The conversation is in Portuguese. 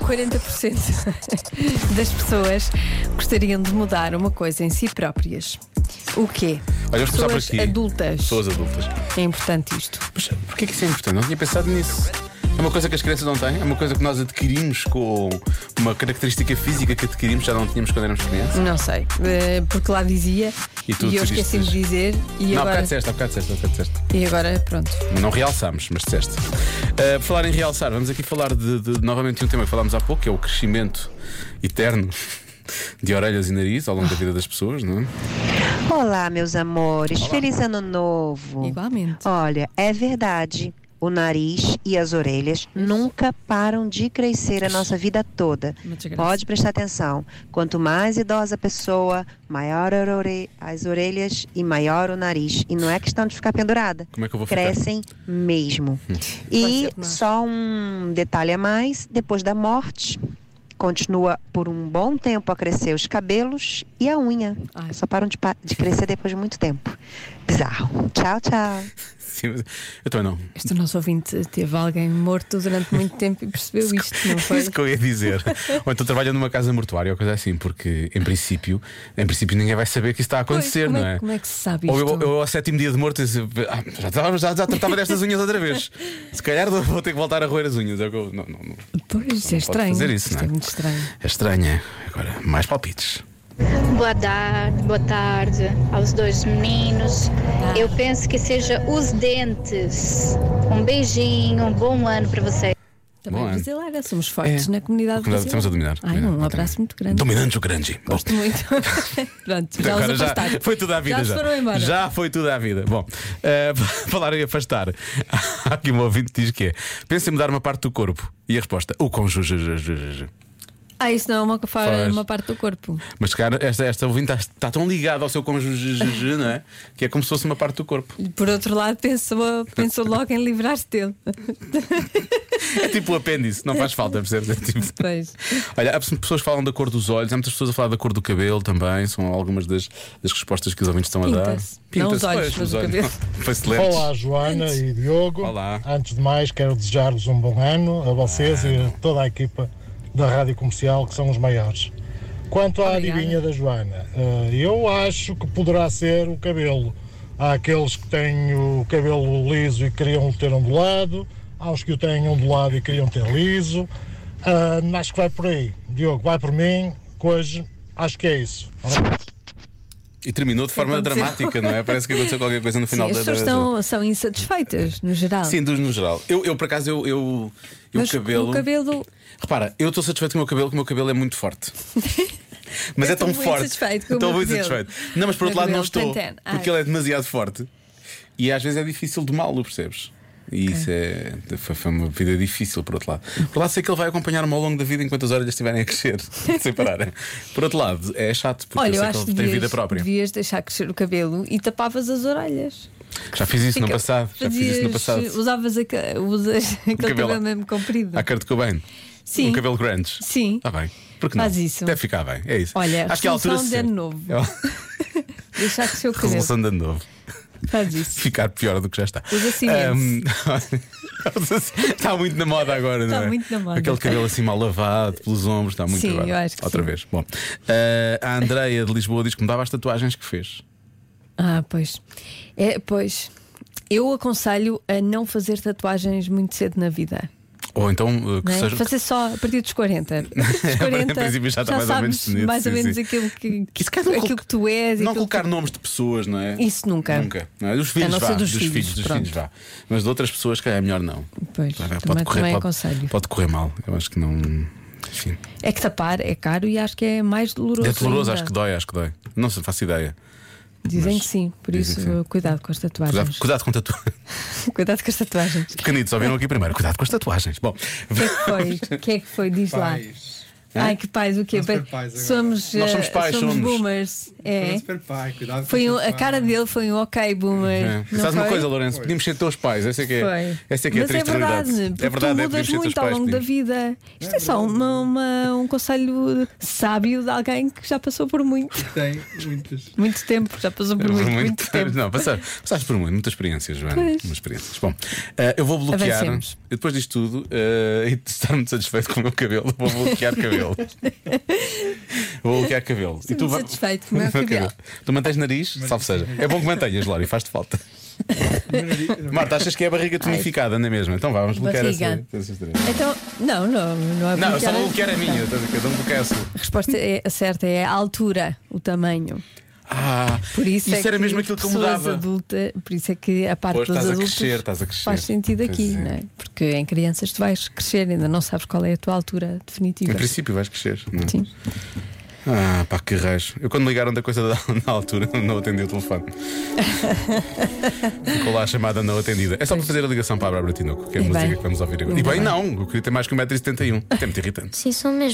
40% das pessoas gostariam de mudar uma coisa em si próprias. O quê? Olha, vamos começar por pessoas aqui. adultas. Pessoas adultas. É importante isto. Mas porquê que isso é importante? Não tinha pensado nisso. É uma coisa que as crianças não têm, é uma coisa que nós adquirimos com uma característica física que adquirimos, já não tínhamos quando éramos crianças. Não sei. eh, Porque lá dizia E tu eu esqueci de dizer decidiste- e não, há bocado agora. disseste, há bocado disseste, há bocado disseste. E agora pronto. Não realçamos, mas disseste. Uh, por falar em realçar, vamos aqui falar de, de- novamente de um tema que falámos há pouco, que é o crescimento eterno de orelhas e nariz ao longo da vida das pessoas, não é? Olá, meus amores. Feliz ano novo. Igualmente. Olha, é verdade. O nariz e as orelhas nunca param de crescer a nossa vida toda. Uma desgraça. Pode prestar atenção. Quanto mais idosa a pessoa, maior a ore- as orelhas e maior o nariz. E não é questão de ficar pendurada. Como é que eu vou ficar? Hum. Crescem mesmo. Pode E ser que não. só um detalhe a mais: depois da morte, continua por um bom tempo a crescer os cabelos e a unha. Ai. Só param de, pa- de crescer depois de muito tempo. Bizarro. Tchau, tchau. Sim, mas eu também não. Este nosso ouvinte teve alguém morto durante muito tempo e percebeu isto, não foi? Isso que eu ia dizer. Ou então trabalha numa casa mortuária ou coisa assim, porque em princípio, em princípio ninguém vai saber que isso está a acontecer, Pois, como não é? Como é que se sabe Ou isto? eu, eu ao sétimo dia de morto disse, "Ah, já, tava- já, já tratava destas unhas outra vez. Se calhar vou ter que voltar a roer as unhas. É o que eu- não, não, não. Pois, é pode estranho. fazer isso, isto não é? é muito estranho. É estranho, é? Agora, mais palpites. Boa tarde, boa tarde aos dois meninos. Eu penso que seja os dentes. Um beijinho, um bom ano para vocês. Também Bom, é. brasileira, somos fortes É. na comunidade brasileira. Estamos a dominar. Ai, Dominar, um abraço muito grande. Dominante o grande. Bom, Então Gosto muito. Pronto, já agora os já afastaram. foi tudo à vida. Já se Já, foram embora. Já foi tudo à vida. Bom, eh, falar em afastar. Há Aqui um ouvinte que diz que é: pensa em mudar uma parte do corpo. E a resposta: o cônjuge. Ah, isso não é uma, fa- Faz. uma parte do corpo. Mas, cara, esta, esta ouvinte está, está tão ligada ao seu cônjuge, não é? Que é como se fosse uma parte do corpo. Por outro lado, pensou, pensou logo em livrar-se dele. É tipo o apêndice, não faz falta, percebes? É tipo- Pois. Olha, há pessoas que falam da cor dos olhos, há muitas pessoas a falar da cor do cabelo também, são algumas das, das respostas que os ouvintes estão a dar. Pinta-se. Não os olhos, pois, mas os o olhos. cabelo. Foi excelente. Olá, Joana e Diogo. Olá. Ah, Antes de mais, quero desejar-vos um bom ano a vocês e a toda a equipa da Rádio Comercial, que são os maiores. Quanto à Obrigada. adivinha da Joana, eh, eu acho que poderá ser o cabelo. Há aqueles que têm o cabelo liso e queriam ter ondulado, há os que o têm ondulado e queriam ter liso. Ah, acho que vai por aí. Diogo, vai por mim, que hoje acho que é isso. E terminou de forma Aconteceu. dramática, não é? Parece que aconteceu qualquer coisa no Sim, final as da pessoas da- estão, são insatisfeitas, no geral. Sim, dos no geral. Eu, eu, por acaso, eu, eu, eu Mas cabelo. o cabelo. Repara, eu estou satisfeito com o meu cabelo, que o meu cabelo é muito forte. Mas Eu é estou tão muito forte. satisfeito com o Estou meu muito cabelo. satisfeito. Não, mas por Meu outro lado não cabelo estou. tan-tan. Ai. Porque ele é demasiado forte. E às vezes é difícil domá-lo, percebes? E isso é. Foi, foi uma vida difícil, por outro lado. Por outro lado, sei que ele vai acompanhar-me ao longo da vida enquanto as orelhas estiverem a crescer, sem parar. Por outro lado, é chato, porque Olha, eu eu sei acho que que ele tem vida devias, própria. devias deixar crescer o cabelo e tapavas as orelhas. Já fiz isso no Fica- passado. Já fiz isso no fazias- passado. Usavas a, ca- usas aquele cabelo. cabelo, mesmo comprido. À Kurt Cobain. Sim. Um cabelo grande. Sim. Está bem. Porque não? Faz isso. Deve ficar bem. É isso. Olha, acho que é a altura. resolução de ano novo. Deixar crescer o É. cabelo. Resolução de ano novo. Faz isso. Ficar pior do que já está. Usa assim cimento. Ahm, está muito na moda agora, não é? Está muito na moda. Aquele cabelo assim mal lavado, pelos ombros, está muito Sim, agora. eu acho que Outra sim. vez. Bom, ah, a Andreia de Lisboa diz que mudava as tatuagens que fez. Ah, pois. É, pois. Eu aconselho a não fazer tatuagens muito cedo na vida. Ou então ah, que não é? seja. Fazer só a partir dos 40. Dos Em 40 princípio já está mais ou sabes menos definido, mais ou sim, menos sim. aquilo que, Que se calhar não aquilo colo- que tu és. Não aquilo que- colocar nomes de pessoas, não é? Isso nunca. Nunca. Não é? Dos A filhos, não ser vá. dos filhos, dos pronto. filhos, vá. Mas de outras pessoas, que é melhor não. Pois, Pode também, correr, também é pode- aconselho. Pode correr mal. Eu acho que não. Enfim. É que tapar é caro e acho que é mais doloroso. É doloroso, ainda. acho que dói, acho que dói. Não sei, faço ideia. Dizem mas- que sim, por dizem isso que sim. cuidado com as Cuidado, tatuagens. cuidado com tatuagens. Cuidado com as tatuagens. O É Pequenitos, só viram aqui primeiro. Cuidado com as tatuagens. Bom, que é que foi? O que é que foi? Diz lá. Ai, que pais, o quê? Somos super pais agora. somos, eh, Nós somos pais, somos. boomers. É. Super pai, cuidado com Foi o um- seu a pai. cara dele foi um ok, boomer. É. não Sabes uma foi? coisa, Lourenço? Podíamos ser teus pais. Essa é que é, Foi. essa é, que é a Mas é triste verdade, realidade. porque É verdade, tu é mudas podíamos ser teus muito ao pais. longo da podíamos. vida. Isto é, só uma- uma- um conselho sábio de alguém que já passou por muito, Tem muitas. muito tempo, já passou por muito, muito tempo. Não, passaste, passaste por muito, muitas experiências, Joana. Pois. Muitas experiências. Bom, eh, eu vou bloquear. Avancemos. Eu depois disto tudo eh, e de estar muito satisfeito com o meu cabelo, vou bloquear cabelo. vou bloquear cabelo. E muito va- satisfeito com o meu cabelo. Tu mantens nariz? Salve seja. É bom que mantenhas, Lória, faz-te falta. Marta, achas que é a barriga tonificada, não é mesmo? Então vá, vamos bloquear essa, Barriga. essas três. Então, não, não, não é Não, eu bloquear. só vou bloquear a minha, estás a ver? Eu não bloqueio a sua. A resposta é, a certa é a altura, o tamanho. Ah, Por isso, é era que mesmo aquilo que eu pessoas mudava. Adulta, por isso é que a parte Pois, dos estás a adultos crescer, estás a crescer. faz sentido Pois aqui, é. não é? Porque em crianças tu vais crescer, ainda não sabes qual é a tua altura definitiva. Em princípio vais crescer. Não é? Sim. Ah, pá, que raios. Eu quando ligaram da coisa da, na altura não atendi o telefone. Ficou lá a chamada não atendida. É só para fazer a ligação para a Bárbara Tinoco, que é a E música bem. que vamos ouvir agora. Ainda e bem, bem. não, eu queria ter mais que 1,71m. É muito irritante. Sim, são mesmo.